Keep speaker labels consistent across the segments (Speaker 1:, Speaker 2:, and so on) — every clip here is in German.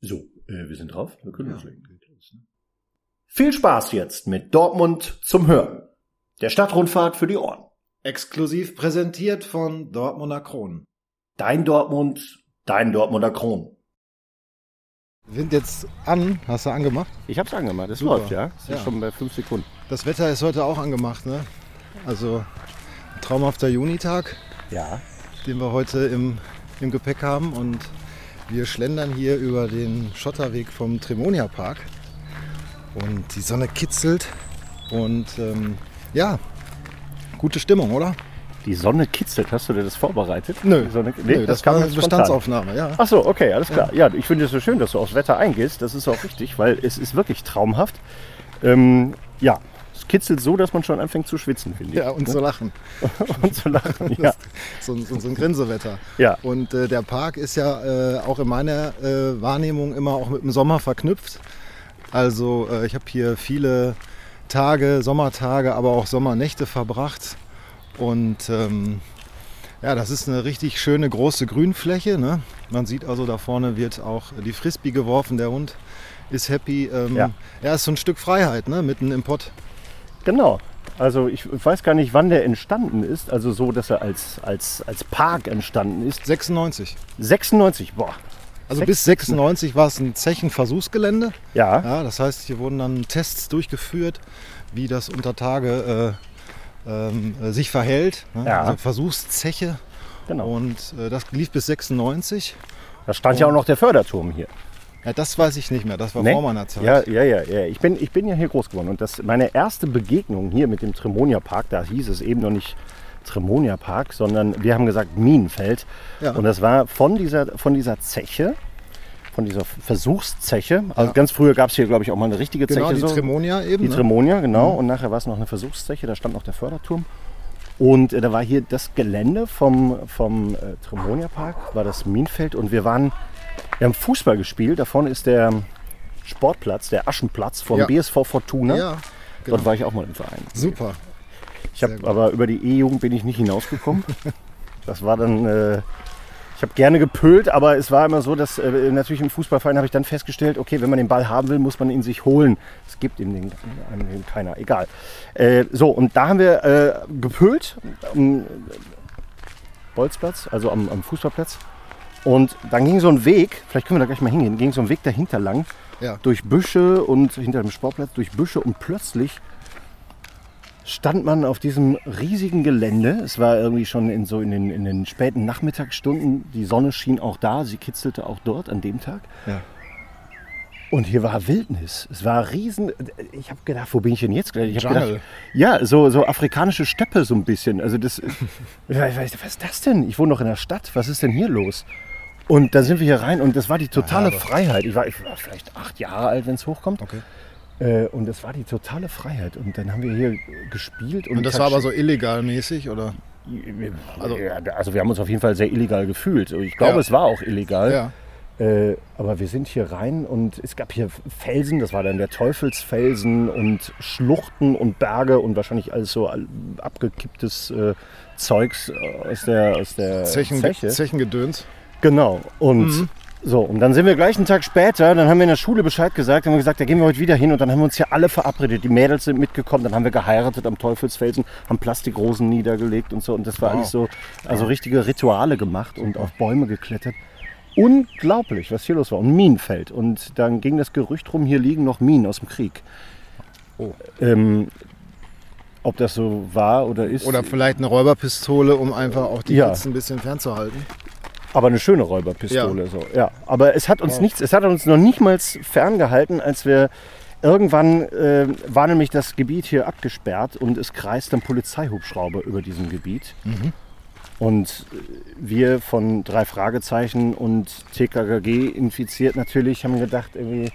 Speaker 1: So, äh, wir sind drauf. Wir können loslegen. Viel Spaß jetzt mit Dortmund zum Hören. Der Stadtrundfahrt für die Ohren.
Speaker 2: Exklusiv präsentiert von Dortmunder Kronen.
Speaker 1: Dein Dortmund, dein Dortmunder Kron.
Speaker 2: Wind jetzt an, hast du angemacht?
Speaker 3: Ich hab's angemacht, es
Speaker 2: Super.
Speaker 3: läuft, ja. Es
Speaker 2: Ja.
Speaker 3: ist schon bei 5 Sekunden.
Speaker 2: Das Wetter ist heute auch angemacht, ne? Also ein traumhafter Junitag,
Speaker 3: Ja.
Speaker 2: den wir heute im, im Gepäck haben und wir schlendern hier über den Schotterweg vom Tremonia Park und die Sonne kitzelt und ähm, ja, gute Stimmung, oder?
Speaker 3: Die Sonne kitzelt, hast du dir das vorbereitet? Die Sonne,
Speaker 2: Nö das, war eine
Speaker 3: jetzt spontan.
Speaker 2: Bestandsaufnahme, ja.
Speaker 3: Ach so, okay, alles klar. Ja, ich finde es so schön, dass du aufs Wetter eingehst. Das ist auch richtig, weil es ist wirklich traumhaft. Ähm, ja, es kitzelt so, dass man schon anfängt zu schwitzen, finde ich.
Speaker 2: Ja, und zu lachen.
Speaker 3: und zu lachen. Ja.
Speaker 2: so, ein- so, ein- so ein Grinsewetter.
Speaker 3: Ja.
Speaker 2: Und äh, der Park ist ja äh, auch in meiner äh, Wahrnehmung immer auch mit dem Sommer verknüpft. Also äh, ich habe hier viele Tage, Sommertage, aber auch Sommernächte verbracht. Und ähm, ja, das ist eine richtig schöne große Grünfläche. Ne? Man sieht also, da vorne wird auch die Frisbee geworfen. Der Hund ist happy. Ähm,
Speaker 3: Ja.
Speaker 2: ja, ist so ein Stück Freiheit, ne? mitten im Pott.
Speaker 3: Genau. Also ich weiß gar nicht, wann der entstanden ist. Also so, dass er als, als, als Park entstanden ist.
Speaker 2: 96.
Speaker 3: 96, boah.
Speaker 2: Also bis 96 war es ein Zechenversuchsgelände.
Speaker 3: Ja.
Speaker 2: Ja, das heißt, hier wurden dann Tests durchgeführt, wie das unter Tage äh, ähm, äh, sich verhält. Ne?
Speaker 3: Ja.
Speaker 2: Also Versuchszeche.
Speaker 3: Genau.
Speaker 2: Und äh, das lief bis 96.
Speaker 3: Da stand ja auch noch der Förderturm hier.
Speaker 2: Ja, das weiß ich nicht mehr. Das war
Speaker 3: Nee?
Speaker 2: vor meiner Zeit.
Speaker 3: Ne? Ja, ja, ja, ja. Ich bin, ich bin ja hier groß geworden. Und das, meine erste Begegnung hier mit dem Tremonia Park, da hieß es eben noch nicht Tremonia Park, sondern wir haben gesagt Minenfeld.
Speaker 2: Ja.
Speaker 3: Und das war von dieser, von dieser Zeche, von dieser Versuchszeche. Also ganz früher gab es hier, glaube ich, auch mal eine richtige
Speaker 2: Genau,
Speaker 3: Zeche.
Speaker 2: die
Speaker 3: so.
Speaker 2: Tremonia eben.
Speaker 3: Die
Speaker 2: ne?
Speaker 3: Tremonia, genau. Und nachher war es noch eine Versuchszeche, da stand noch der Förderturm. Und äh, da war hier das Gelände vom, vom äh, Tremonia Park, war das Minenfeld. Und wir waren, wir haben Fußball gespielt. Da vorne ist der Sportplatz, der Aschenplatz vom
Speaker 2: Ja.
Speaker 3: BSV Fortuna.
Speaker 2: Ja, genau.
Speaker 3: Dort war ich auch mal im Verein.
Speaker 2: Super.
Speaker 3: Ich habe aber über die E-Jugend bin ich nicht hinausgekommen. das war dann. Äh, ich habe gerne gepölt, aber es war immer so, dass äh, natürlich im Fußballverein habe ich dann festgestellt, okay, wenn man den Ball haben will, muss man ihn sich holen. Es gibt ihm den, einem den keiner, egal. Äh, so, und da haben wir äh, gepölt am Bolzplatz, also am, am Fußballplatz. Und dann ging so ein Weg, vielleicht können wir da gleich mal hingehen, ging so ein Weg dahinter lang,
Speaker 2: Ja.
Speaker 3: durch Büsche und hinter dem Sportplatz durch Büsche und plötzlich stand man auf diesem riesigen Gelände. Es war irgendwie schon in so in den, in den späten Nachmittagsstunden. Die Sonne schien auch da, sie kitzelte auch dort an dem Tag.
Speaker 2: Ja.
Speaker 3: Und hier war Wildnis. Es war riesen. Ich habe gedacht, wo bin ich denn jetzt gelandet? Ich hab
Speaker 2: Jungle.
Speaker 3: gedacht, ja, so, so afrikanische Steppe so ein bisschen. Also das, ich weiß, was ist das denn? Ich wohne noch in der Stadt. Was ist denn hier los? Und da sind wir hier rein und das war die totale Freiheit. Ich war, ich war vielleicht acht Jahre alt, wenn es hochkommt.
Speaker 2: Okay.
Speaker 3: Äh, und das war die totale Freiheit. Und dann haben wir hier gespielt. Und,
Speaker 2: Und das war aber so illegal mäßig, oder?
Speaker 3: Also, ja, also wir haben uns auf jeden Fall sehr illegal gefühlt. Ich glaube,
Speaker 2: Ja.
Speaker 3: es war auch illegal.
Speaker 2: Ja.
Speaker 3: Äh, aber wir sind hier rein und es gab hier Felsen, das war dann der Teufelsfelsen und Schluchten und Berge und wahrscheinlich alles so all- abgekipptes äh, Zeugs aus der, aus der
Speaker 2: Zechen,
Speaker 3: äh, Zeche.
Speaker 2: Zechengedöns.
Speaker 3: Genau. Und
Speaker 2: Mhm.
Speaker 3: so, und dann sind wir gleich einen Tag später, dann haben wir in der Schule Bescheid gesagt, haben wir gesagt, da gehen wir heute wieder hin und dann haben wir uns hier alle verabredet. Die Mädels sind mitgekommen, dann haben wir geheiratet am Teufelsfelsen, haben Plastikrosen niedergelegt und so. Und das war alles so, also richtige Rituale gemacht und auf Bäume geklettert. Unglaublich, was hier los war. Und Minenfeld. Und dann ging das Gerücht rum, hier liegen noch Minen aus dem Krieg.
Speaker 2: Oh.
Speaker 3: Ähm, ob das so war oder ist.
Speaker 2: Oder vielleicht eine Räuberpistole, um einfach auch die
Speaker 3: Ja.
Speaker 2: Kids ein bisschen fernzuhalten.
Speaker 3: Aber eine schöne Räuberpistole.
Speaker 2: Ja.
Speaker 3: So. Ja. Aber es hat uns nichts, es hat uns noch nicht mal ferngehalten, als wir irgendwann äh, war nämlich das Gebiet hier abgesperrt und es kreist ein Polizeihubschrauber über diesem Gebiet. Und äh, wir von drei Fragezeichen und TKKG infiziert natürlich haben gedacht, irgendwie,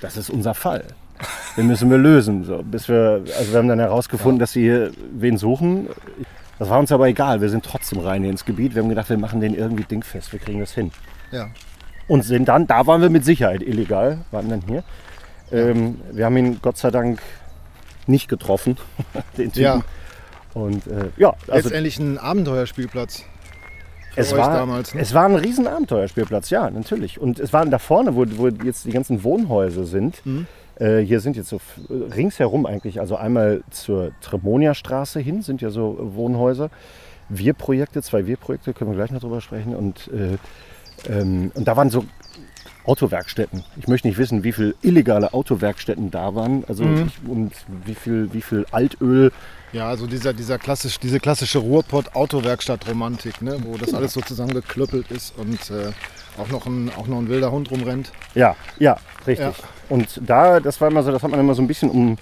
Speaker 3: das ist unser Fall. Den müssen wir lösen. So, bis wir, also wir haben dann herausgefunden, dass sie hier wen suchen. Das war uns aber egal. Wir sind trotzdem rein hier ins Gebiet. Wir haben gedacht, wir machen den irgendwie dingfest. Wir kriegen das hin.
Speaker 2: Ja.
Speaker 3: Und sind dann, da waren wir mit Sicherheit illegal, waren dann hier. Ähm, wir haben ihn Gott sei Dank nicht getroffen, den Typen.
Speaker 2: Ja.
Speaker 3: Und äh, ja, also
Speaker 2: Letztendlich ein Abenteuerspielplatz.
Speaker 3: es
Speaker 2: euch
Speaker 3: war,
Speaker 2: damals, ne?
Speaker 3: Es war ein riesen Abenteuerspielplatz, ja, natürlich. Und es waren da vorne, wo, wo jetzt die ganzen Wohnhäuser sind.
Speaker 2: Mhm.
Speaker 3: Äh, hier sind jetzt so f- äh, ringsherum eigentlich, also einmal zur Tremonia-Straße hin sind ja so äh, Wohnhäuser. Wir-Projekte, zwei Wir-Projekte, können wir gleich noch drüber sprechen. Und, äh, ähm, und da waren so Autowerkstätten. Ich möchte nicht wissen, wie viele illegale Autowerkstätten da waren. Also
Speaker 2: Mhm.
Speaker 3: ich, und wie viel, wie viel Altöl
Speaker 2: Ja, also dieser, dieser klassisch, diese klassische Ruhrpott-Autowerkstatt-Romantik, ne? wo das alles so zusammengeklöppelt ist und äh, auch, noch ein, auch noch ein wilder Hund rumrennt.
Speaker 3: Ja, ja, richtig.
Speaker 2: Ja.
Speaker 3: Und da, das war immer so, das hat man immer so ein bisschen um,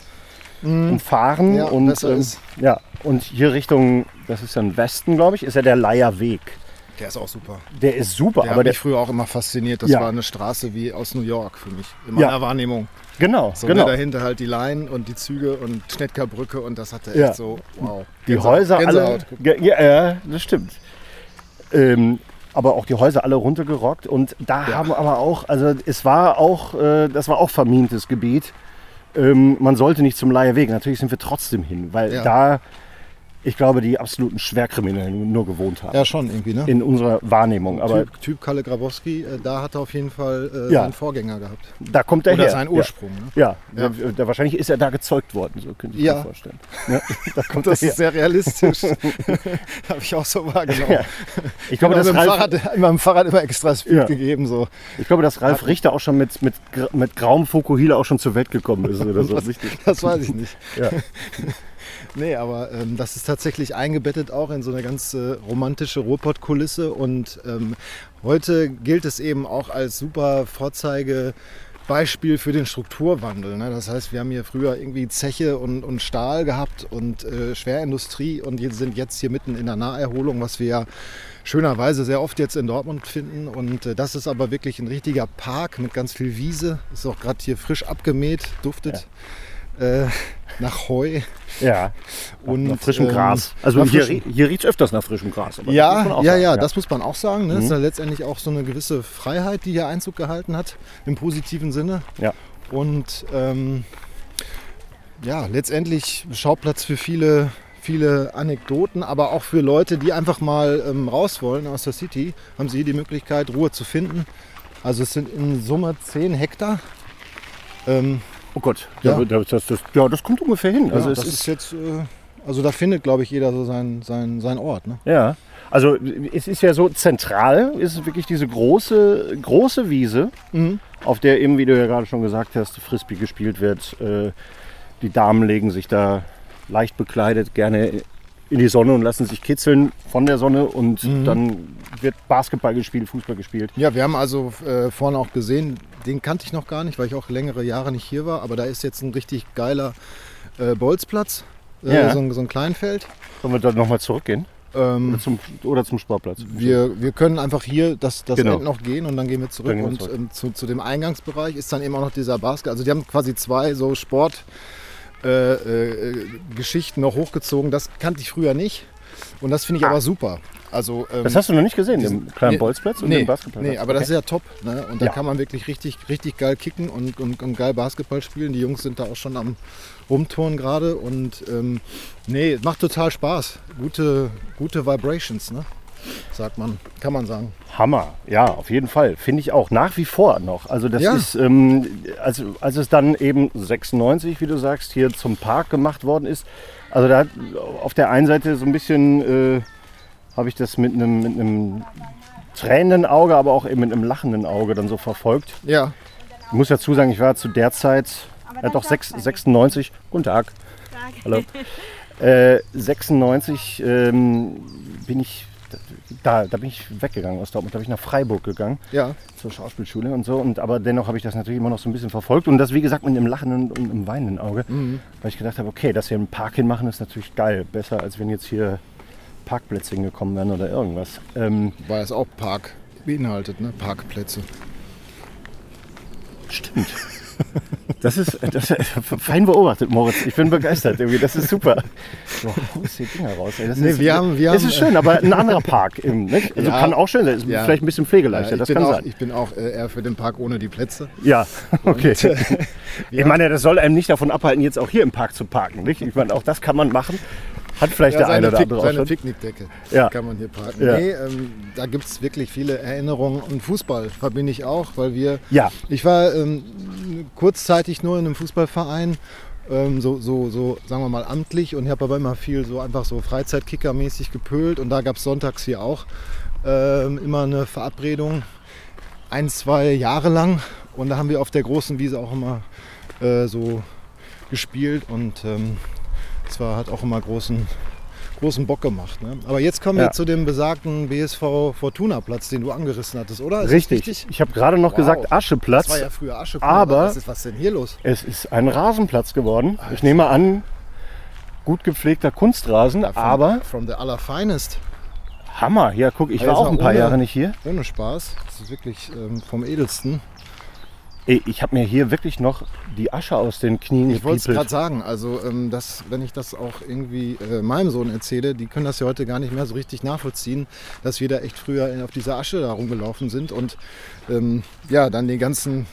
Speaker 3: umfahren.
Speaker 2: Mhm. Ja,
Speaker 3: und,
Speaker 2: besser
Speaker 3: ähm,
Speaker 2: ist.
Speaker 3: ja, und hier Richtung, das ist dann Westen, glaube ich, ist ja der Leierweg.
Speaker 2: Der ist auch super.
Speaker 3: Der ist super,
Speaker 2: Der
Speaker 3: aber
Speaker 2: hat
Speaker 3: der,
Speaker 2: mich früher auch immer fasziniert. Das
Speaker 3: Ja.
Speaker 2: war eine Straße wie aus New York für mich, in
Speaker 3: Ja.
Speaker 2: meiner Wahrnehmung.
Speaker 3: genau,
Speaker 2: So
Speaker 3: genau.
Speaker 2: ne, dahinter halt die Leinen und die Züge und Schnettkerbrücke und das hatte echt
Speaker 3: Ja.
Speaker 2: so, wow.
Speaker 3: die
Speaker 2: Gänsehaut.
Speaker 3: Häuser alle,
Speaker 2: Gänsehaut.
Speaker 3: Ge- ja, ja, das stimmt. Ähm, aber auch die Häuser alle runtergerockt und da haben aber auch, also es war auch, äh, das war auch vermintes Gebiet. Ähm, man sollte nicht zum Leierweg. Natürlich sind wir trotzdem hin, weil
Speaker 2: Ja.
Speaker 3: da, ich glaube, die absoluten Schwerkriminellen nur gewohnt haben.
Speaker 2: Ja, schon irgendwie, ne?
Speaker 3: in unserer Wahrnehmung. Aber
Speaker 2: typ, typ Kalle Grabowski, äh, da hat er auf jeden Fall äh,
Speaker 3: Ja.
Speaker 2: seinen Vorgänger gehabt.
Speaker 3: da kommt er
Speaker 2: Oder
Speaker 3: her.
Speaker 2: seinen Ursprung. Ne?
Speaker 3: Ja, ja.
Speaker 2: Ja.
Speaker 3: Da, wahrscheinlich ist er da gezeugt worden, so könnte ich
Speaker 2: Ja.
Speaker 3: mir vorstellen. Ja, da kommt
Speaker 2: Das
Speaker 3: er
Speaker 2: ist
Speaker 3: her.
Speaker 2: sehr realistisch. Habe ich auch so wahrgenommen.
Speaker 3: Ja. Ich glaube,
Speaker 2: Ich
Speaker 3: dass
Speaker 2: habe meinem
Speaker 3: Ralf,
Speaker 2: Genau, Fahrrad, meinem Fahrrad immer extra Speed
Speaker 3: Ja.
Speaker 2: gegeben. So.
Speaker 3: ich glaube, dass Ralf Richter auch schon mit, mit, gr- mit grauem Fokuhila auch schon zur Welt gekommen ist oder so. Richtig.
Speaker 2: Das weiß ich nicht.
Speaker 3: Ja.
Speaker 2: Nee, aber ähm, das ist tatsächlich eingebettet auch in so eine ganz äh, romantische Ruhrpott-Kulisse. Und ähm, heute gilt es eben auch als super Vorzeigebeispiel für den Strukturwandel. Ne? Das heißt, wir haben hier früher irgendwie Zeche und, und Stahl gehabt und äh, Schwerindustrie und jetzt sind jetzt hier mitten in der Naherholung, was wir ja schönerweise sehr oft jetzt in Dortmund finden. Und äh, das ist aber wirklich ein richtiger Park mit ganz viel Wiese. Ist auch gerade hier frisch abgemäht, duftet äh, nach Heu.
Speaker 3: Ja.
Speaker 2: Und,
Speaker 3: nach frischem
Speaker 2: ähm,
Speaker 3: Gras. Also
Speaker 2: nach
Speaker 3: hier,
Speaker 2: frischem-
Speaker 3: hier riecht es öfters nach frischem Gras. aber das
Speaker 2: Ja,
Speaker 3: muss man
Speaker 2: ja,
Speaker 3: auch
Speaker 2: ja,
Speaker 3: sagen, Mhm.
Speaker 2: das muss man auch sagen. Ne? Das ist ja letztendlich auch so eine gewisse Freiheit, die hier Einzug gehalten hat, im positiven Sinne.
Speaker 3: Ja.
Speaker 2: Und ähm, ja, letztendlich Schauplatz für viele, viele Anekdoten, aber auch für Leute, die einfach mal ähm, raus wollen aus der City, haben sie hier die Möglichkeit, Ruhe zu finden. Also es sind in Summe 10 Hektar. Ähm,
Speaker 3: Oh Gott,
Speaker 2: Ja.
Speaker 3: ja. Das, das, das, ja, das kommt ungefähr hin. Also
Speaker 2: ja,
Speaker 3: es
Speaker 2: das
Speaker 3: ist,
Speaker 2: ist jetzt, äh, also da findet, glaube ich, jeder so seinen, seinen, seinen Ort. Ne?
Speaker 3: Ja, also es ist ja so zentral, ist wirklich diese große, große Wiese,
Speaker 2: Mhm.
Speaker 3: auf der eben, wie du ja gerade schon gesagt hast, Frisbee gespielt wird. Äh, Die Damen legen sich da leicht bekleidet gerne in die Sonne und lassen sich kitzeln von der Sonne und
Speaker 2: Mhm.
Speaker 3: dann wird Basketball gespielt, Fußball gespielt.
Speaker 2: Ja, wir haben also äh, vorne auch gesehen, den kannte ich noch gar nicht, weil ich auch längere Jahre nicht hier war, aber da ist jetzt ein richtig geiler äh, Bolzplatz, äh,
Speaker 3: Ja.
Speaker 2: so, ein, so ein Kleinfeld.
Speaker 3: Sollen wir da nochmal zurückgehen?
Speaker 2: Ähm,
Speaker 3: Zum, oder zum Sportplatz?
Speaker 2: Mhm. wir, wir können einfach hier das, das
Speaker 3: Genau.
Speaker 2: End noch gehen und dann gehen wir zurück.
Speaker 3: Dann gehen wir
Speaker 2: und
Speaker 3: zurück.
Speaker 2: ähm, zu, zu dem Eingangsbereich ist dann eben auch noch dieser Basket. Also die haben quasi zwei so Sport. Äh, äh, Geschichten noch hochgezogen. Das kannte ich früher nicht und das finde ich aber super. Also ähm,
Speaker 3: Ah. Das hast du noch nicht gesehen, den kleinen
Speaker 2: Nee,
Speaker 3: Bolzplatz und
Speaker 2: nee,
Speaker 3: den Basketballplatz?
Speaker 2: Nee, aber das ist ja top. Ne? Und da
Speaker 3: Ja.
Speaker 2: kann man wirklich richtig, richtig geil kicken und, und, und geil Basketball spielen. Die Jungs sind da auch schon am Rumtouren gerade. Und ähm, nee, macht total Spaß. Gute, gute Vibrations, ne? sagt man. Kann man sagen.
Speaker 3: Hammer, ja, auf jeden Fall. Finde ich auch nach wie vor noch. Also das
Speaker 2: Ja.
Speaker 3: ist, ähm, als, als es dann eben 96, wie du sagst, hier zum Park gemacht worden ist. Also da hat auf der einen Seite so ein bisschen äh, habe ich das mit einem mit einem tränenden Auge, aber auch eben mit einem lachenden Auge dann so verfolgt.
Speaker 2: Ja,
Speaker 3: Ich muss dazu sagen, ich war zu der Zeit, ja doch sechs- 96, guten Tag, hallo, äh, 96 ähm, bin ich, da, da bin ich weggegangen aus Dortmund, da bin ich nach Freiburg gegangen
Speaker 2: ja.
Speaker 3: zur Schauspielschule und so. Und, aber dennoch habe ich das natürlich immer noch so ein bisschen verfolgt. Und das, wie gesagt, mit einem lachenden und einem weinenden Auge. Weil ich gedacht habe, okay, dass wir einen Park hinmachen, ist natürlich geil. Besser, als wenn jetzt hier Parkplätze hingekommen wären oder irgendwas. Ähm,
Speaker 2: Weil es auch Park beinhaltet, ne? Parkplätze.
Speaker 3: Stimmt. Das ist, äh, das ist fein beobachtet, Moritz. Ich bin begeistert irgendwie. Das ist super. So, haust die Dinger raus. Ey. Das
Speaker 2: Nee,
Speaker 3: ist,
Speaker 2: wir haben- wir
Speaker 3: das
Speaker 2: haben- äh,
Speaker 3: ist schön, aber ein anderer Park. Eben, ne? Also
Speaker 2: Ja.
Speaker 3: kann auch schön sein. Ist
Speaker 2: Ja.
Speaker 3: Vielleicht ein bisschen pflegeleichter.
Speaker 2: ich,
Speaker 3: das
Speaker 2: bin
Speaker 3: kann
Speaker 2: auch,
Speaker 3: sein.
Speaker 2: ich bin auch äh, eher für den Park ohne die Plätze.
Speaker 3: Ja, okay.
Speaker 2: äh,
Speaker 3: Ich meine, das soll einem nicht davon abhalten, jetzt auch hier im Park zu parken. Nicht? Ich meine, auch das kann man machen. Hat vielleicht
Speaker 2: Ja,
Speaker 3: der eine
Speaker 2: seine,
Speaker 3: oder
Speaker 2: Pick,
Speaker 3: andere auch
Speaker 2: seine
Speaker 3: schon.
Speaker 2: Picknickdecke
Speaker 3: Ja.
Speaker 2: kann man hier parken.
Speaker 3: Ja.
Speaker 2: Nee, ähm, da gibt es wirklich viele Erinnerungen. Und Fußball verbinde ich auch, weil wir.
Speaker 3: Ja.
Speaker 2: Ich war ähm, kurzzeitig nur in einem Fußballverein, ähm, so, so, so, sagen wir mal, amtlich und habe aber immer viel so einfach so Freizeitkickermäßig gepölt. Und da gab es sonntags hier auch ähm, immer eine Verabredung, ein, zwei Jahre lang. Und da haben wir auf der großen Wiese auch immer äh, so gespielt und ähm, es war, hat auch immer großen, großen Bock gemacht. Ne? Aber jetzt kommen
Speaker 3: Ja.
Speaker 2: wir zu dem besagten BSV Fortuna Platz, den du angerissen hattest, oder? Ist das
Speaker 3: Richtig. Ich habe gerade noch
Speaker 2: Wow.
Speaker 3: gesagt
Speaker 2: Das
Speaker 3: Ascheplatz.
Speaker 2: war ja früher Asche.
Speaker 3: aber-
Speaker 2: was ist was ist denn hier los?
Speaker 3: Es ist ein Rasenplatz geworden. Ich nehme an, gut gepflegter Kunstrasen,
Speaker 2: Ja, from-
Speaker 3: aber
Speaker 2: From the allerfeinest.
Speaker 3: Hammer. Ja, guck, ich
Speaker 2: Also
Speaker 3: war auch ein paar
Speaker 2: ohne-
Speaker 3: Jahre nicht hier.
Speaker 2: Ohne Spaß. Das ist wirklich ähm, vom Edelsten.
Speaker 3: Ey, ich habe mir hier wirklich noch die Asche aus den Knien
Speaker 2: Ich wollte es gerade
Speaker 3: gepiepelt.
Speaker 2: sagen, also ähm, das, wenn ich das auch irgendwie äh, meinem Sohn erzähle, die können das ja heute gar nicht mehr so richtig nachvollziehen, dass wir da echt früher in- auf dieser Asche da rumgelaufen sind und ähm, ja, dann den ganzen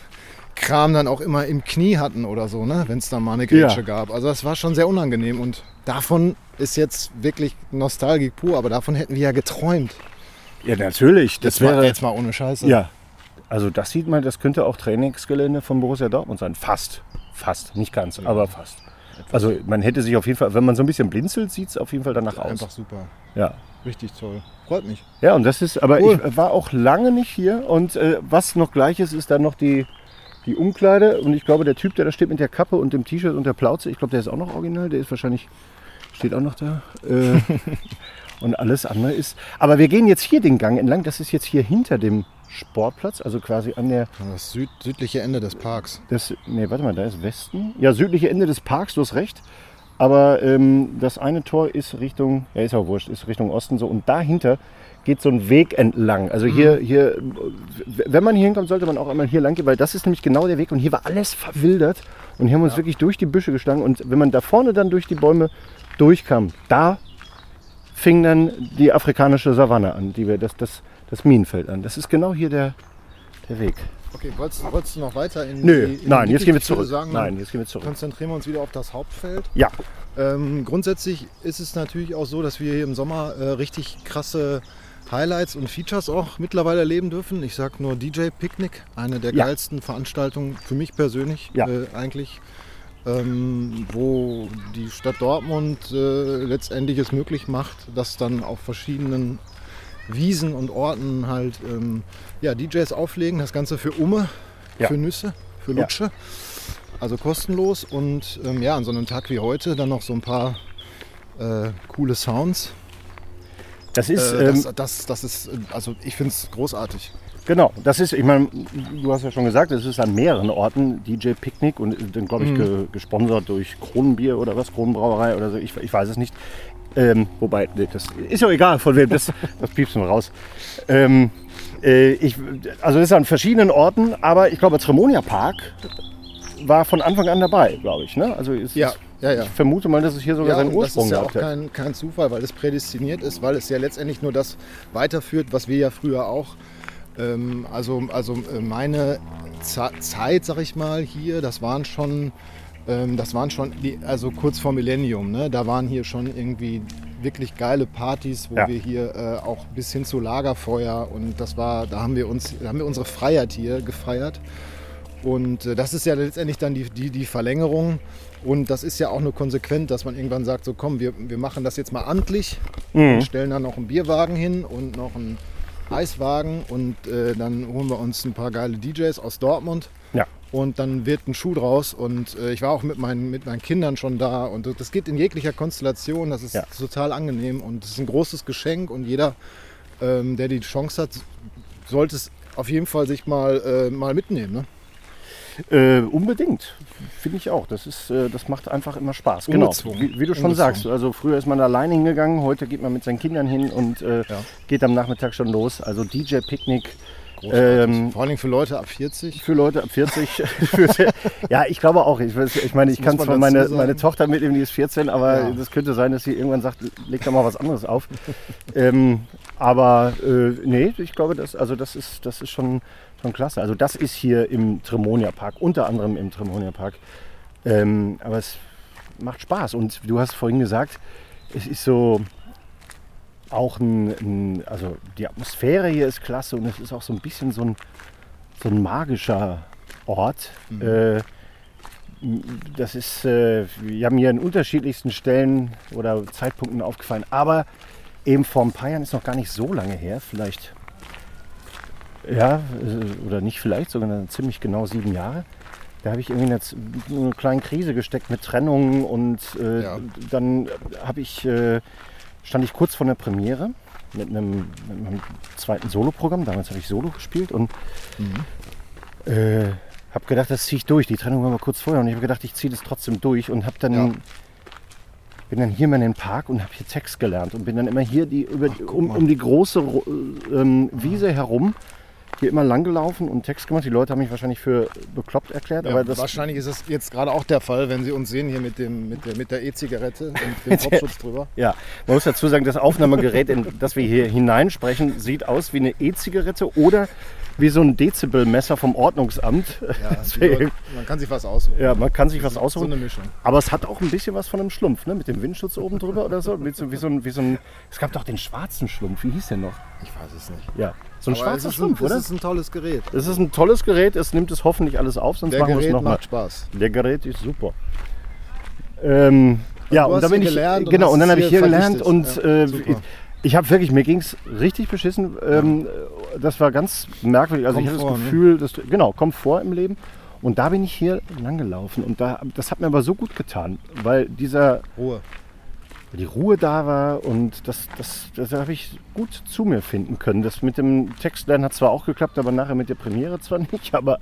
Speaker 2: Kram dann auch immer im Knie hatten oder so, ne? wenn es da mal eine Grätsche
Speaker 3: Ja.
Speaker 2: gab. Also das war schon sehr unangenehm und davon ist jetzt wirklich Nostalgik pur, aber davon hätten wir ja geträumt.
Speaker 3: Ja, natürlich. Das
Speaker 2: Jetzt, mal,
Speaker 3: wäre.
Speaker 2: jetzt mal ohne Scheiße.
Speaker 3: Ja. Also das sieht man, das könnte auch Trainingsgelände von Borussia Dortmund sein. Fast. Fast. Nicht ganz, aber fast. Also man hätte sich auf jeden Fall, wenn man so ein bisschen blinzelt, sieht es auf jeden Fall danach
Speaker 2: Einfach
Speaker 3: aus.
Speaker 2: super.
Speaker 3: Ja.
Speaker 2: Richtig toll. Freut mich.
Speaker 3: Ja, und das ist, aber
Speaker 2: Cool.
Speaker 3: ich war auch lange nicht hier und äh, was noch gleich ist, ist dann noch die, die Umkleide und ich glaube, der Typ, der da steht mit der Kappe und dem T-Shirt und der Plauze, ich glaube, der ist auch noch original, der ist wahrscheinlich, steht auch noch da. Äh, und alles andere ist, aber wir gehen jetzt hier den Gang entlang, das ist jetzt hier hinter dem Sportplatz, also quasi an der,
Speaker 2: Das süd südliche Ende des Parks.
Speaker 3: das, nee, warte mal, da ist Westen, ja, südliche Ende des Parks, du hast recht. Aber ähm, das eine Tor ist Richtung, ja ist auch wurscht, ist Richtung Osten so. Und dahinter geht so ein Weg entlang.
Speaker 2: Mhm.
Speaker 3: Also hier, hier, w- wenn man hier hinkommt, sollte man auch einmal hier lang gehen, weil das ist nämlich genau der Weg. Und hier war alles verwildert und hier haben wir uns wirklich durch die Büsche geschlagen. Und wenn man da vorne dann durch die Bäume durchkam, da fing dann die afrikanische Savanne an, die wir, das, das, das Minenfeld an. Das ist genau hier der, der Weg.
Speaker 2: Okay, wolltest, wolltest du noch weiter in
Speaker 3: Nö,
Speaker 2: die, in die
Speaker 3: nein,
Speaker 2: Dickicht?
Speaker 3: jetzt gehen wir
Speaker 2: Ich würde
Speaker 3: zurück.
Speaker 2: Sagen,
Speaker 3: nein, jetzt gehen wir zurück.
Speaker 2: Konzentrieren wir uns wieder auf das Hauptfeld.
Speaker 3: Ja,
Speaker 2: Ähm, grundsätzlich ist es natürlich auch so, dass wir hier im Sommer äh, richtig krasse Highlights und Features auch mittlerweile erleben dürfen. Ich sag nur DJ Picknick, eine der
Speaker 3: Ja.
Speaker 2: geilsten Veranstaltungen für mich persönlich
Speaker 3: Ja.
Speaker 2: äh, eigentlich, ähm, wo die Stadt Dortmund äh, letztendlich es möglich macht, dass dann auf verschiedenen Wiesen und Orten halt ähm, ja, DJs auflegen, das Ganze für Umme,
Speaker 3: Ja.
Speaker 2: für Nüsse, für
Speaker 3: Ja.
Speaker 2: Lutsche. Also kostenlos und ähm, ja, an so einem Tag wie heute dann noch so ein paar äh, coole Sounds.
Speaker 3: das ist.
Speaker 2: äh,
Speaker 3: ähm,
Speaker 2: das, das, das ist, äh, also ich finde es großartig.
Speaker 3: Genau, das ist, ich meine, du hast ja schon gesagt, es ist an mehreren Orten DJ Picknick und äh, dann, glaube
Speaker 2: Mhm.
Speaker 3: ich, ge, gesponsert durch Kronenbier oder was, Kronenbrauerei oder so, ich, ich weiß es nicht. Ähm, wobei, nee, das ist ja egal, von wem, das, das piepst nur raus. Ähm, äh, ich, also es ist an verschiedenen Orten, aber ich glaube, Tremonia Park war von Anfang an dabei, glaube ich. Ne? Also es
Speaker 2: Ja,
Speaker 3: ist,
Speaker 2: ja, ja.
Speaker 3: ich vermute mal, dass es hier sogar
Speaker 2: Ja,
Speaker 3: seinen
Speaker 2: und das
Speaker 3: Ursprung
Speaker 2: ist ja
Speaker 3: gab.
Speaker 2: auch kein, kein Zufall, weil es prädestiniert ist, weil es ja letztendlich nur das weiterführt, was wir ja früher auch. Ähm, also, also äh, meine Za- Zeit, sag ich mal, hier, das waren schon, ähm, das waren schon, die, also kurz vor Millennium, ne? da waren hier schon irgendwie wirklich geile Partys, wo
Speaker 3: Ja.
Speaker 2: wir hier äh, auch bis hin zu Lagerfeuer und das war, da haben wir uns, da haben wir unsere Freiheit hier gefeiert. Und äh, das ist ja letztendlich dann die, die, die Verlängerung. Und das ist ja auch nur konsequent, dass man irgendwann sagt, so komm, wir, wir machen das jetzt mal amtlich und stellen dann noch einen Bierwagen hin und noch einen Eiswagen und äh, dann holen wir uns ein paar geile DJs aus Dortmund
Speaker 3: ja.
Speaker 2: und dann wird ein Schuh draus. Und äh, ich war auch mit meinen, mit meinen Kindern schon da und das geht in jeglicher Konstellation. Das ist
Speaker 3: Ja.
Speaker 2: total angenehm und es ist ein großes Geschenk und jeder, ähm, der die Chance hat, sollte es auf jeden Fall sich mal, äh, mal mitnehmen. Ne?
Speaker 3: Äh, unbedingt, finde ich auch. Das, ist, äh, das macht einfach immer Spaß. Genau,
Speaker 2: Ungezwungen.
Speaker 3: wie, wie du schon
Speaker 2: Ungezwungen.
Speaker 3: sagst. Also früher ist man allein hingegangen, heute geht man mit seinen Kindern hin und äh,
Speaker 2: Ja.
Speaker 3: geht am Nachmittag schon los. Also DJ-Picknick
Speaker 2: Großartig.
Speaker 3: Ähm,
Speaker 2: Vor allem für Leute ab 40.
Speaker 3: für Leute ab 40. Für sehr- ja, ich glaube auch. Ich, weiß- ich meine, ich
Speaker 2: Das
Speaker 3: kann
Speaker 2: muss
Speaker 3: zwar
Speaker 2: man dazu
Speaker 3: meine,
Speaker 2: sagen.
Speaker 3: meine Tochter mitnehmen, die ist 14, aber
Speaker 2: Ja.
Speaker 3: das könnte sein, dass sie irgendwann sagt, leg da mal was anderes auf. ähm, aber äh, nee, ich glaube, das, also das ist, das ist schon, schon klasse. Also das ist hier im Tremonia Park, unter anderem im Tremonia Park. Ähm, aber es macht Spaß. Und du hast vorhin gesagt, es ist so auch ein, ein, also die Atmosphäre hier ist klasse und es ist auch so ein bisschen so ein, so ein magischer Ort. Äh, das ist, äh, wir haben hier an unterschiedlichsten Stellen oder Zeitpunkten aufgefallen, aber eben vor ein paar Jahren ist noch gar nicht so lange her, vielleicht, ja, äh, oder nicht vielleicht, sondern ziemlich genau sieben Jahre. Da habe ich irgendwie in einer z- in einer kleinen Krise gesteckt mit Trennungen und äh,
Speaker 2: Ja.
Speaker 3: dann habe ich, äh, stand ich kurz vor der Premiere mit einem, mit meinem zweiten Soloprogramm. Damals habe ich Solo gespielt und
Speaker 2: Mhm.
Speaker 3: äh, habe gedacht, das ziehe ich durch. Die Trennung war aber kurz vorher und ich habe gedacht, ich ziehe das trotzdem durch und habe dann
Speaker 2: Ja.
Speaker 3: bin dann hier mal in den Park und habe hier Text gelernt und bin dann immer hier die, über,
Speaker 2: Ach, guck
Speaker 3: um,
Speaker 2: mal.
Speaker 3: um die große Ro- ähm, Wiese herum hier immer lang gelaufen und Text gemacht. Die Leute haben mich wahrscheinlich für bekloppt erklärt, aber das
Speaker 2: wahrscheinlich ist das jetzt gerade auch der Fall, wenn Sie uns sehen hier mit, dem, mit der mit der E-Zigarette und dem Popschutz drüber.
Speaker 3: ja, man muss dazu sagen, das Aufnahmegerät, in das wir hier hineinsprechen, sieht aus wie eine E-Zigarette oder wie so ein Dezibelmesser vom Ordnungsamt.
Speaker 2: Ja, die
Speaker 3: Deswegen,
Speaker 2: Leute, man kann sich was aussuchen.
Speaker 3: ja, man kann sich was
Speaker 2: So
Speaker 3: aussuchen.
Speaker 2: eine Mischung.
Speaker 3: Aber es hat auch ein bisschen was von einem Schlumpf, ne? Mit dem Windschutz oben drüber oder so. Wie so, wie so, ein, wie so ein, es gab doch den schwarzen Schlumpf. Wie hieß der noch?
Speaker 2: Ich weiß es nicht.
Speaker 3: Ja, so ein
Speaker 2: Aber es
Speaker 3: schwarzer
Speaker 2: ist
Speaker 3: Schlumpf,
Speaker 2: ein,
Speaker 3: oder?
Speaker 2: Es ist ein tolles Gerät.
Speaker 3: Es ist ein tolles Gerät. Es nimmt es hoffentlich alles auf, sonst
Speaker 2: Der
Speaker 3: machen wir es
Speaker 2: Gerät
Speaker 3: nochmal.
Speaker 2: macht Spaß.
Speaker 3: Der Gerät ist super. Ähm, ja,
Speaker 2: du
Speaker 3: und
Speaker 2: hast
Speaker 3: dann bin
Speaker 2: hier
Speaker 3: ich
Speaker 2: gelernt und
Speaker 3: genau
Speaker 2: hast
Speaker 3: und dann
Speaker 2: es
Speaker 3: habe ich
Speaker 2: hier
Speaker 3: hier gelernt und
Speaker 2: verdichtet. Ja,
Speaker 3: äh,
Speaker 2: super.
Speaker 3: ich, ich habe wirklich mir ging's richtig beschissen. Ähm, Das war ganz merkwürdig. Also ich
Speaker 2: Komfort,
Speaker 3: hatte
Speaker 2: ne?
Speaker 3: das Gefühl, dass du- genau Komfort im Leben. Und da bin ich hier langgelaufen und da, das hat mir aber so gut getan, weil dieser
Speaker 2: Ruhe.
Speaker 3: weil die Ruhe da war und das, das, das habe ich gut zu mir finden können. Das mit dem Textlernen hat zwar auch geklappt, aber nachher mit der Premiere zwar nicht, aber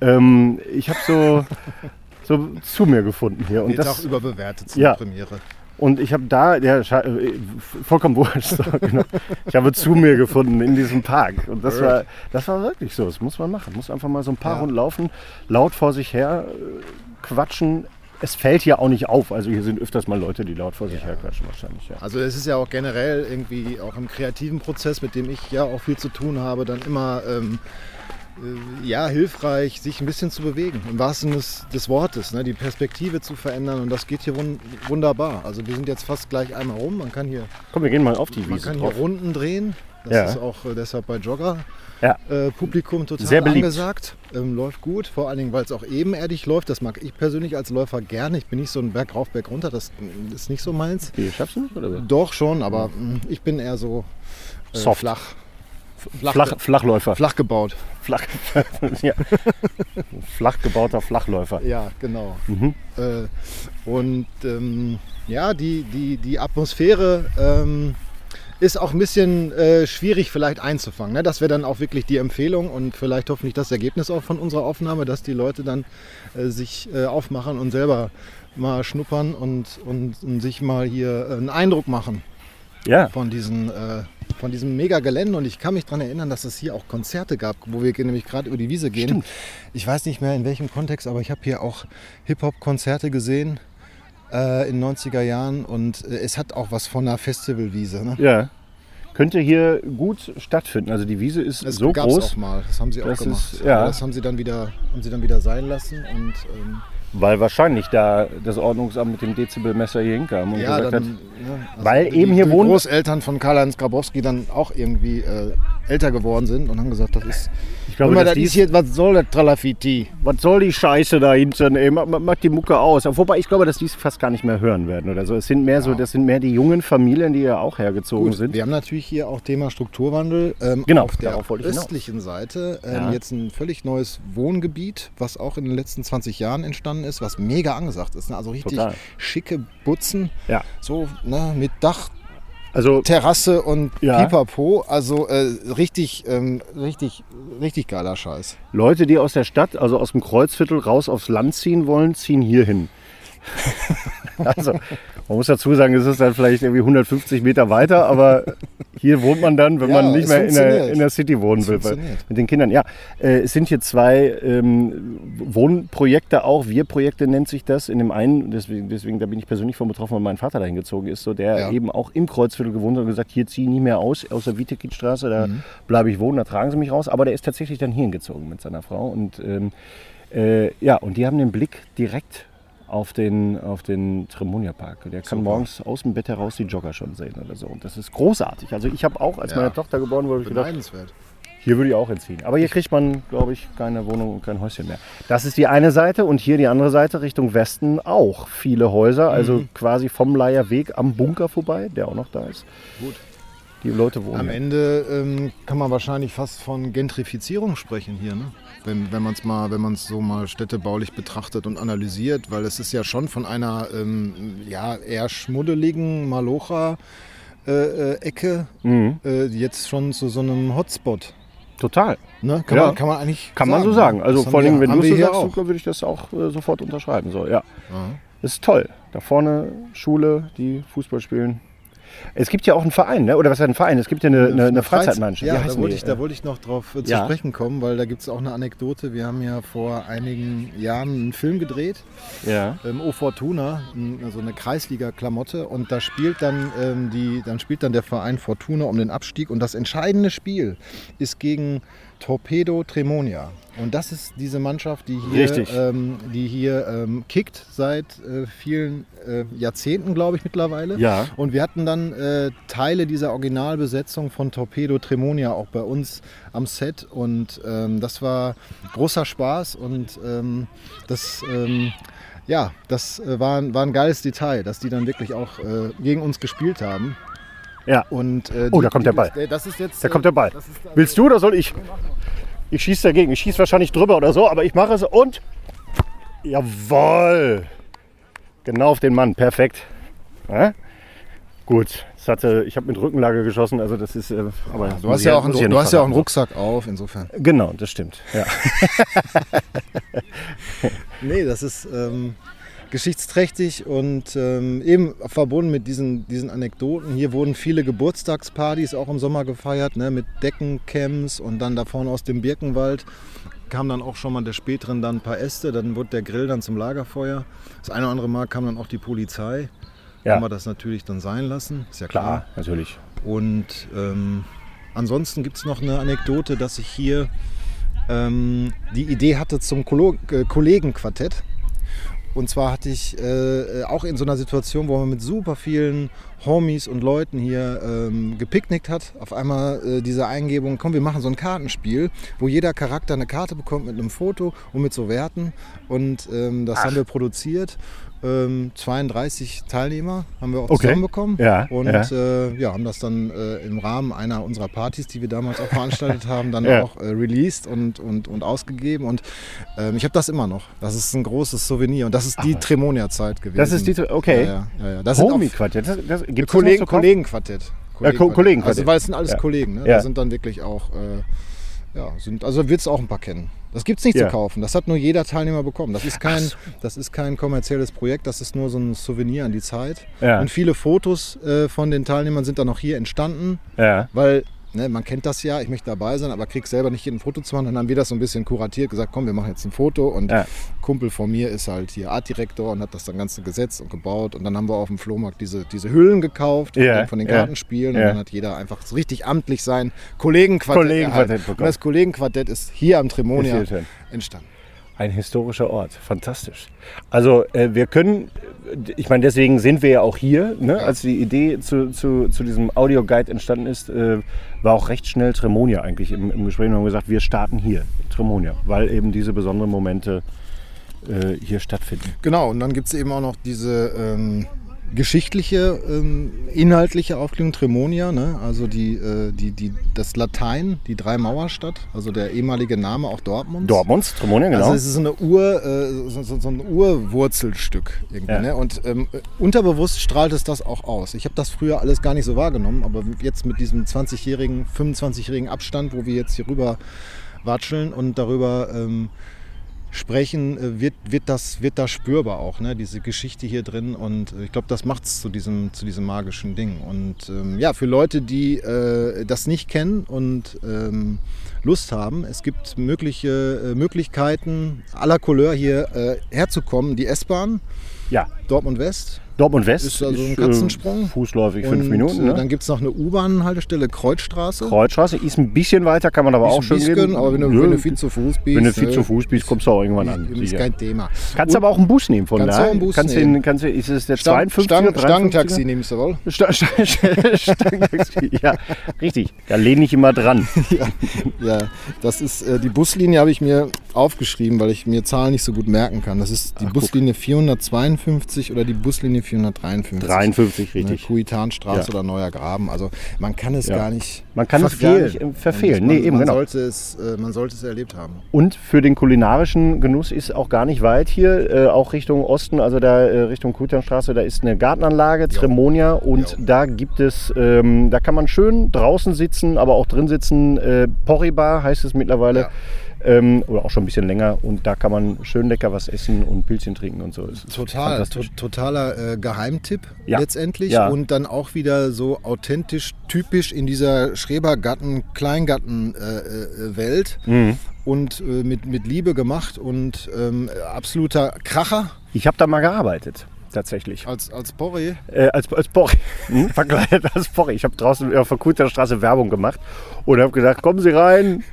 Speaker 3: ähm, ich habe so, so zu mir gefunden hier. Und,
Speaker 2: Wird auch
Speaker 3: das,
Speaker 2: überbewertet zur
Speaker 3: Ja.
Speaker 2: Premiere.
Speaker 3: und ich habe da, ja, scha- äh, vollkommen wurscht, so, genau. ich habe zu mir gefunden in diesem Park. Und das war, das war wirklich so, das muss man machen. Muss einfach mal so ein paar
Speaker 2: Ja.
Speaker 3: Runden laufen, laut vor sich her äh, quatschen. Es fällt hier auch nicht auf. Also hier sind öfters mal Leute, die laut vor sich her quatschen wahrscheinlich. Ja.
Speaker 2: Also es ist ja auch generell irgendwie auch im kreativen Prozess, mit dem ich ja auch viel zu tun habe, dann immer ähm, äh, ja hilfreich, sich ein bisschen zu bewegen, im wahrsten Sinne des, des Wortes, ne? die Perspektive zu verändern und das geht hier wun wunderbar. Also wir sind jetzt fast gleich einmal rum, man kann hier,
Speaker 3: Komm, wir gehen mal auf die
Speaker 2: man
Speaker 3: Wiese
Speaker 2: kann
Speaker 3: drauf.
Speaker 2: hier Runden drehen. Das
Speaker 3: Ja.
Speaker 2: ist auch äh, deshalb bei Jogger
Speaker 3: Ja.
Speaker 2: äh, Publikum total
Speaker 3: Sehr beliebt.
Speaker 2: angesagt. Ähm, läuft gut, vor allen Dingen, weil es auch ebenerdig läuft. Das mag ich persönlich als Läufer gerne. Ich bin nicht so ein Berg rauf, Berg runter. Das mm, ist nicht so meins.
Speaker 3: Wie, schaffst du nicht? Oder? wie?
Speaker 2: Doch schon, aber mm, ich bin eher so äh,
Speaker 3: Hm. Soft.
Speaker 2: flach.
Speaker 3: Flach, Flachläufer.
Speaker 2: flach gebaut.
Speaker 3: Flach, ja. flach gebauter Flachläufer.
Speaker 2: Ja, genau.
Speaker 3: Mhm.
Speaker 2: Äh, und ähm, ja, die, die, die Atmosphäre ähm, ist auch ein bisschen äh, schwierig vielleicht einzufangen. Ne? Das wäre dann auch wirklich die Empfehlung und vielleicht hoffentlich das Ergebnis auch von unserer Aufnahme, dass die Leute dann äh, sich äh, aufmachen und selber mal schnuppern und, und, und sich mal hier äh, einen Eindruck machen.
Speaker 3: Ja,
Speaker 2: von, diesen, äh, von diesem Mega-Gelände und ich kann mich daran erinnern, dass es hier auch Konzerte gab, wo wir nämlich gerade über die Wiese gehen. Ich weiß nicht mehr in welchem Kontext, aber ich habe hier auch Hip-Hop-Konzerte gesehen äh, in 90er Jahren und äh, es hat auch was von einer Festivalwiese. Ne?
Speaker 3: ja. Könnte hier gut stattfinden. Also die Wiese ist
Speaker 2: Das
Speaker 3: so
Speaker 2: gab's
Speaker 3: groß,
Speaker 2: auch mal, das haben sie auch
Speaker 3: Das
Speaker 2: gemacht.
Speaker 3: ist- ja.
Speaker 2: Aber Das haben sie dann wieder, haben sie dann wieder sein lassen und ähm,
Speaker 3: weil wahrscheinlich da das Ordnungsamt mit dem Dezibelmesser hier hinkam und
Speaker 2: ja,
Speaker 3: gesagt
Speaker 2: dann,
Speaker 3: hat,
Speaker 2: ne, also
Speaker 3: Weil
Speaker 2: die,
Speaker 3: eben hier
Speaker 2: die
Speaker 3: wohnen-
Speaker 2: Großeltern von Karl-Heinz Grabowski dann auch irgendwie äh, älter geworden sind und haben gesagt, das ist
Speaker 3: ich glaube,
Speaker 2: Immer,
Speaker 3: dass
Speaker 2: das
Speaker 3: die,
Speaker 2: ist hier, was soll das Tralafiti?
Speaker 3: was soll die Scheiße da hinten, ey, mach, mach- mach die Mucke aus. Wobei ich glaube, dass die es fast gar nicht mehr hören werden oder so. Es sind mehr so, das sind mehr die jungen Familien, die ja auch hergezogen
Speaker 2: Gut,
Speaker 3: sind.
Speaker 2: wir haben natürlich hier auch Thema Strukturwandel. Ähm,
Speaker 3: Genau,
Speaker 2: auf der
Speaker 3: darauf wollte ich hinaus.
Speaker 2: östlichen Seite ähm,
Speaker 3: Ja.
Speaker 2: jetzt ein völlig neues Wohngebiet, was auch in den letzten 20 Jahren entstanden ist, was mega angesagt ist. Ne? Also richtig
Speaker 3: Total.
Speaker 2: schicke Butzen,
Speaker 3: Ja.
Speaker 2: so ne, mit Dach,
Speaker 3: Also
Speaker 2: Terrasse und
Speaker 3: Ja.
Speaker 2: Pipapo. Also äh, richtig, ähm, richtig, richtig geiler Scheiß.
Speaker 3: Leute, die aus der Stadt, also aus dem Kreuzviertel raus aufs Land ziehen wollen, ziehen hier hin. also, man muss dazu sagen, es ist dann vielleicht irgendwie 150 Meter weiter, aber hier wohnt man dann, wenn
Speaker 2: Ja,
Speaker 3: man nicht
Speaker 2: es
Speaker 3: mehr in der,
Speaker 2: funktioniert.
Speaker 3: in der City wohnen will. Weil,
Speaker 2: funktioniert.
Speaker 3: mit den Kindern, ja. Äh, es sind hier zwei ähm, Wohnprojekte auch, Wir-Projekte nennt sich das. In dem einen, deswegen, deswegen da bin ich persönlich von betroffen, weil mein Vater dahin gezogen ist, so, der
Speaker 2: Ja.
Speaker 3: eben auch im Kreuzviertel gewohnt hat und gesagt, hier ziehe ich nie mehr aus, aus der Wietekindstraße, da
Speaker 2: Mhm.
Speaker 3: bleibe ich wohnen, da tragen sie mich raus. Aber der ist tatsächlich dann hierhin gezogen mit seiner Frau. Und ähm, äh, ja, und die haben den Blick direkt auf den, auf den Tremonia Park. Der kann
Speaker 2: Super.
Speaker 3: morgens aus dem Bett heraus die Jogger schon sehen oder so. Und das ist großartig. Also ich habe auch, als
Speaker 2: Ja.
Speaker 3: meine Tochter geboren wurde, hab ich gedacht,
Speaker 2: Beneidenswert.
Speaker 3: hier würde ich auch entziehen. Aber hier kriegt man, glaube ich, keine Wohnung und kein Häuschen mehr. Das ist die eine Seite und hier die andere Seite Richtung Westen auch viele Häuser.
Speaker 2: Mhm.
Speaker 3: Also quasi vom Leier Weg am Bunker vorbei, der auch noch da ist.
Speaker 2: Gut.
Speaker 3: Die Leute wohnen.
Speaker 2: Am
Speaker 3: hier.
Speaker 2: Ende ähm, kann man wahrscheinlich fast von Gentrifizierung sprechen hier, ne? wenn, wenn man es mal, wenn man es so mal städtebaulich betrachtet und analysiert, weil es ist ja schon von einer ähm, ja eher schmuddeligen Malocha äh, äh, Ecke
Speaker 3: Mhm.
Speaker 2: äh, jetzt schon zu so einem Hotspot.
Speaker 3: Total.
Speaker 2: Ne? Kann,
Speaker 3: Ja.
Speaker 2: man, kann man eigentlich ne?
Speaker 3: Kann man so sagen. Also
Speaker 2: Das
Speaker 3: vor
Speaker 2: haben
Speaker 3: allem,
Speaker 2: wir-
Speaker 3: wenn
Speaker 2: haben
Speaker 3: du es so
Speaker 2: wir hier
Speaker 3: sagst,
Speaker 2: auch. Mhm.
Speaker 3: würde ich das auch äh, sofort unterschreiben. So, ja.
Speaker 2: Ja.
Speaker 3: Das ist toll. Da vorne Schule, die Fußball spielen. Es gibt ja auch einen Verein, ne? oder was ist ein Verein? Es gibt ja eine, eine, eine Freizeitmannschaft.
Speaker 2: Ja,
Speaker 3: Wie
Speaker 2: da
Speaker 3: heißen
Speaker 2: wollte,
Speaker 3: die?
Speaker 2: ich, da wollte ich noch drauf äh, zu
Speaker 3: Ja.
Speaker 2: sprechen kommen, weil da gibt es auch eine Anekdote. Wir haben ja vor einigen Jahren einen Film gedreht,
Speaker 3: ja.
Speaker 2: ähm, O Fortuna, m, so eine Kreisliga-Klamotte. Und da spielt dann, ähm, die, dann spielt dann der Verein Fortuna um den Abstieg. Und das entscheidende Spiel ist gegen Torpedo Tremonia. Und das ist diese Mannschaft, die hier,
Speaker 3: Richtig.
Speaker 2: ähm, die hier ähm, kickt seit äh, vielen äh, Jahrzehnten, glaube ich, mittlerweile.
Speaker 3: Ja.
Speaker 2: Und wir hatten dann äh, Teile dieser Originalbesetzung von Torpedo Tremonia auch bei uns am Set. Und ähm, das war großer Spaß und ähm, das, ähm, ja, das äh, war, ein- war ein geiles Detail, dass die dann wirklich auch äh, gegen uns gespielt haben.
Speaker 3: Ja.
Speaker 2: Und, äh,
Speaker 3: Oh,
Speaker 2: die-
Speaker 3: da kommt
Speaker 2: die-
Speaker 3: der Ball.
Speaker 2: äh, Das ist jetzt,
Speaker 3: Da
Speaker 2: äh,
Speaker 3: kommt der Ball.
Speaker 2: das ist also-
Speaker 3: Willst du oder soll ich? Ich schieße dagegen. Ich schieße wahrscheinlich drüber oder so, aber ich mache es und. Jawoll! Genau auf den Mann. Perfekt. Ja? Gut. Das hatte, ich habe mit Rückenlage geschossen, also das ist. äh, Aber
Speaker 2: Du hast ja auch einen,
Speaker 3: muss ich
Speaker 2: du
Speaker 3: noch
Speaker 2: hast ja auch einen
Speaker 3: verraten.
Speaker 2: Rucksack auf, insofern.
Speaker 3: Genau, das stimmt. Ja.
Speaker 2: Nee, das ist ähm, geschichtsträchtig und ähm, eben verbunden mit diesen, diesen Anekdoten. Hier wurden viele Geburtstagspartys auch im Sommer gefeiert, ne, mit Deckencamps und dann da vorne aus dem Birkenwald kam dann auch schon mal der späteren dann ein paar Äste, dann wurde der Grill dann zum Lagerfeuer. Das eine oder andere Mal kam dann auch die Polizei.
Speaker 3: Ja.
Speaker 2: Haben wir das natürlich dann sein lassen, ist ja klar.
Speaker 3: Klar, natürlich.
Speaker 2: Und ähm, ansonsten gibt es noch eine Anekdote, dass ich hier ähm, die Idee hatte zum Kolo äh, Kollegenquartett. Und zwar hatte ich äh, äh, auch in so einer Situation, wo man mit super vielen Homies und Leuten hier ähm, gepicknickt hat, auf einmal äh, diese Eingebung, komm, wir machen so ein Kartenspiel, wo jeder Charakter eine Karte bekommt mit einem Foto und mit so Werten. Und ähm, das haben wir produziert. Ähm, 32 Teilnehmer haben wir auch
Speaker 3: Okay.
Speaker 2: zusammenbekommen.
Speaker 3: Ja,
Speaker 2: und
Speaker 3: ja.
Speaker 2: Äh, ja, haben das dann äh, im Rahmen einer unserer Partys, die wir damals auch veranstaltet haben, dann
Speaker 3: Ja.
Speaker 2: auch äh, released und, und, und ausgegeben. Und ähm, ich habe das immer noch. Das ist ein großes Souvenir. Und das ist die Tremonia-Zeit gewesen.
Speaker 3: Das ist die, okay.
Speaker 2: Ja, ja, ja, ja. Das sind auch
Speaker 3: Homie-Quartett. Das, das, gibt's das noch
Speaker 2: Kollegen,
Speaker 3: so?
Speaker 2: Kollegenquartett.
Speaker 3: Ja, Ko- Kollegenquartett.
Speaker 2: Also, weil es sind alles
Speaker 3: Ja.
Speaker 2: Kollegen. Ne?
Speaker 3: Ja.
Speaker 2: Da sind dann wirklich auch, äh, ja, sind, also wird es auch ein paar kennen. Das gibt es nicht
Speaker 3: Ja.
Speaker 2: zu kaufen. Das hat nur jeder Teilnehmer bekommen. Das ist, kein, das ist kein kommerzielles Projekt. Das ist nur so ein Souvenir an die Zeit.
Speaker 3: Ja.
Speaker 2: Und viele Fotos äh, von den Teilnehmern sind dann auch hier entstanden,
Speaker 3: Ja.
Speaker 2: weil ne, man kennt das ja. Ich möchte dabei sein, aber krieg selber nicht jeden Foto zu machen. Dann haben wir das so ein bisschen kuratiert, gesagt, komm, wir machen jetzt ein Foto. Und
Speaker 3: Ja.
Speaker 2: Kumpel von mir ist halt hier Artdirektor und hat das dann Ganze gesetzt und gebaut. Und dann haben wir auf dem Flohmarkt diese, diese Hüllen gekauft
Speaker 3: Ja,
Speaker 2: von den
Speaker 3: ja,
Speaker 2: Kartenspielen.
Speaker 3: ja.
Speaker 2: Und dann hat jeder einfach so richtig amtlich sein Kollegenquartett,
Speaker 3: Kollegenquartett
Speaker 2: erhalten. Und
Speaker 3: bekommen.
Speaker 2: das Kollegenquartett ist hier am Tremonia
Speaker 3: Ist hier drin.
Speaker 2: entstanden.
Speaker 3: Ein historischer Ort, fantastisch. Also äh, wir können, äh, ich meine, deswegen sind wir ja auch hier. Ne? Als die Idee zu, zu, zu diesem Audio-Guide entstanden ist, äh, war auch recht schnell Tremonia eigentlich im, im Gespräch. Wir haben gesagt, wir starten hier, Tremonia, weil eben diese besonderen Momente äh, hier stattfinden.
Speaker 2: Genau, und dann gibt es eben auch noch diese ähm, geschichtliche, ähm, inhaltliche Aufklärung Tremonia, ne? also die, äh, die, die, das Latein, die Dreimauerstadt, also der ehemalige Name auch Dortmunds.
Speaker 3: Dortmund, Tremonia, genau.
Speaker 2: Also es ist so eine Ur, äh, so, so so ein Urwurzelstück irgendwie.
Speaker 3: Ja.
Speaker 2: Ne? Und ähm, unterbewusst strahlt es das auch aus. Ich habe das früher alles gar nicht so wahrgenommen, aber jetzt mit diesem 20-jährigen, 25-jährigen Abstand, wo wir jetzt hier rüber watscheln und darüber ähm, sprechen, äh, wird, wird, das, wird das spürbar auch, ne? diese Geschichte hier drin. Und äh, ich glaube, das macht es zu diesem, zu diesem magischen Ding. Und ähm, ja, für Leute, die äh, das nicht kennen und ähm, Lust haben, es gibt mögliche äh, Möglichkeiten aller Couleur hier äh, herzukommen. Die S-Bahn,
Speaker 3: ja,
Speaker 2: Dortmund West.
Speaker 3: Dortmund West
Speaker 2: Ist also ein
Speaker 3: äh,
Speaker 2: Katzensprung.
Speaker 3: fußläufig fünf
Speaker 2: Und,
Speaker 3: Minuten.
Speaker 2: äh,
Speaker 3: Ne?
Speaker 2: Dann gibt es noch eine U-Bahn-Haltestelle Kreuzstraße.
Speaker 3: Kreuzstraße ist ein bisschen weiter, kann man aber auch schön
Speaker 2: Bisschen,
Speaker 3: gehen.
Speaker 2: aber wenn du,
Speaker 3: Nö,
Speaker 2: wenn du viel zu Fuß bist.
Speaker 3: wenn du viel
Speaker 2: ne,
Speaker 3: zu Fuß bist, kommst du auch irgendwann an.
Speaker 2: Ist
Speaker 3: sicher.
Speaker 2: kein Thema.
Speaker 3: Kannst aber auch einen Bus nehmen von
Speaker 2: Kannst
Speaker 3: da.
Speaker 2: auch einen Bus
Speaker 3: kannst
Speaker 2: nehmen.
Speaker 3: Den, kannst, den- ist es der
Speaker 2: Stang,
Speaker 3: 52er,
Speaker 2: Stang,
Speaker 3: 53er?
Speaker 2: Stangentaxi nimmst du wohl?
Speaker 3: Sta- Sta- Sta- Stangentaxi, ja, richtig. Da lehne ich immer dran.
Speaker 2: Ja, das ist äh, die Buslinie habe ich mir aufgeschrieben, weil ich mir Zahlen nicht so gut merken kann. Das ist die Buslinie 452 oder die Buslinie 453.
Speaker 3: 53,
Speaker 2: Ne,
Speaker 3: richtig.
Speaker 2: Kuitanstraße
Speaker 3: Ja.
Speaker 2: oder Neuer Graben. Also man kann es
Speaker 3: Ja.
Speaker 2: gar nicht.
Speaker 3: Man kann es gar nicht, äh, verfehlen.
Speaker 2: Und Man,
Speaker 3: Nee, eben,
Speaker 2: man,
Speaker 3: genau.
Speaker 2: sollte es, äh, man sollte es erlebt haben.
Speaker 3: Und für den kulinarischen Genuss ist auch gar nicht weit hier, äh, auch Richtung Osten, also da äh, Richtung Kuternstraße, da ist eine Gartenanlage, Tremonia, und
Speaker 2: Jo.
Speaker 3: da gibt es, ähm, da kann man schön draußen sitzen, aber auch drin sitzen. Äh, Porribar heißt es mittlerweile.
Speaker 2: Ja.
Speaker 3: Ähm, oder auch schon ein bisschen länger und da kann man schön lecker was essen und Pilzchen trinken und so. Es ist
Speaker 2: Total, to
Speaker 3: fantastisch.
Speaker 2: totaler äh, Geheimtipp
Speaker 3: Ja.
Speaker 2: letztendlich
Speaker 3: Ja.
Speaker 2: und dann auch wieder so authentisch, typisch in dieser Schrebergatten-Kleingatten-Welt äh,
Speaker 3: Mhm.
Speaker 2: und äh, mit, mit Liebe gemacht und ähm, absoluter Kracher
Speaker 3: Ich habe da mal gearbeitet, tatsächlich.
Speaker 2: als, als Porree.
Speaker 3: Äh, als, als Porri. Hm? Verkleidet als Porri. Ich habe draußen auf der Kuterstraße Werbung gemacht und habe gesagt, kommen Sie rein.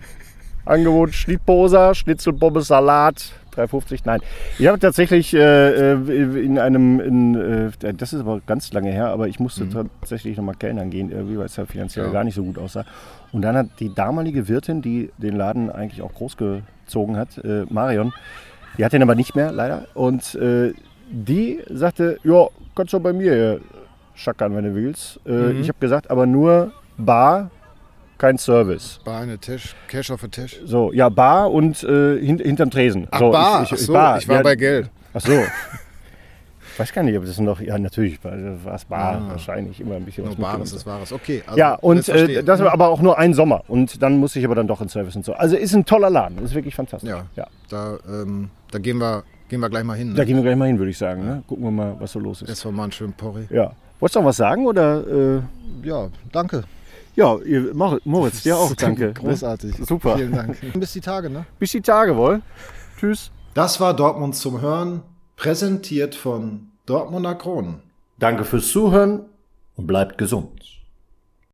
Speaker 3: Angebot Schnittposa, Schnitzelbombe, Salat, 3,50. Nein. Ich habe tatsächlich äh, äh, in einem, in, äh, das ist aber ganz lange her, aber ich musste tatsächlich nochmal Kellnern gehen, irgendwie, weil es ja finanziell
Speaker 2: Ja.
Speaker 3: gar nicht so gut aussah. Und dann hat die damalige Wirtin, die den Laden eigentlich auch großgezogen hat, äh, Marion, die hat den aber nicht mehr, leider. Und äh, die sagte, ja, kannst du bei mir äh, schackern, wenn du willst. Äh,
Speaker 2: Mhm.
Speaker 3: Ich habe gesagt, aber nur Bar, kein Service.
Speaker 2: Bei einer Tisch, Cash auf den Tisch.
Speaker 3: So, ja, Bar und äh, hin, hinterm Tresen.
Speaker 2: Ach,
Speaker 3: so,
Speaker 2: Bar. Ach so, ich war bei Geld.
Speaker 3: Ach so. Ich weiß gar nicht, ob das noch, ja natürlich, also war es Bar
Speaker 2: Ah.
Speaker 3: wahrscheinlich, immer ein bisschen
Speaker 2: Nur
Speaker 3: was
Speaker 2: Wahres
Speaker 3: mitgenommen.
Speaker 2: ist Wahres. Okay. also,
Speaker 3: Ja, und
Speaker 2: jetzt verstehe
Speaker 3: äh,
Speaker 2: ich. Mhm.
Speaker 3: das war aber auch nur ein Sommer und dann musste ich aber dann doch in Service und so. Also ist ein toller Laden, ist wirklich fantastisch.
Speaker 2: Ja.
Speaker 3: ja.
Speaker 2: da, ähm, da gehen, wir, gehen wir gleich mal hin.
Speaker 3: Da
Speaker 2: Ne?
Speaker 3: gehen wir gleich mal hin, würde ich sagen. Ne? Gucken wir mal, was so los ist.
Speaker 2: Jetzt war mal einen schönen Porree.
Speaker 3: Ja. Wolltest du noch was sagen oder? Äh,
Speaker 2: Ja, danke.
Speaker 3: ja, ihr, Mor- Moritz, dir auch, danke.
Speaker 2: Großartig.
Speaker 3: Super.
Speaker 2: Vielen Dank. Bis die Tage, ne?
Speaker 3: Bis die Tage wohl. Tschüss.
Speaker 2: Das war Dortmund zum Hören, präsentiert von Dortmunder Kronen.
Speaker 1: Danke fürs Zuhören und bleibt gesund.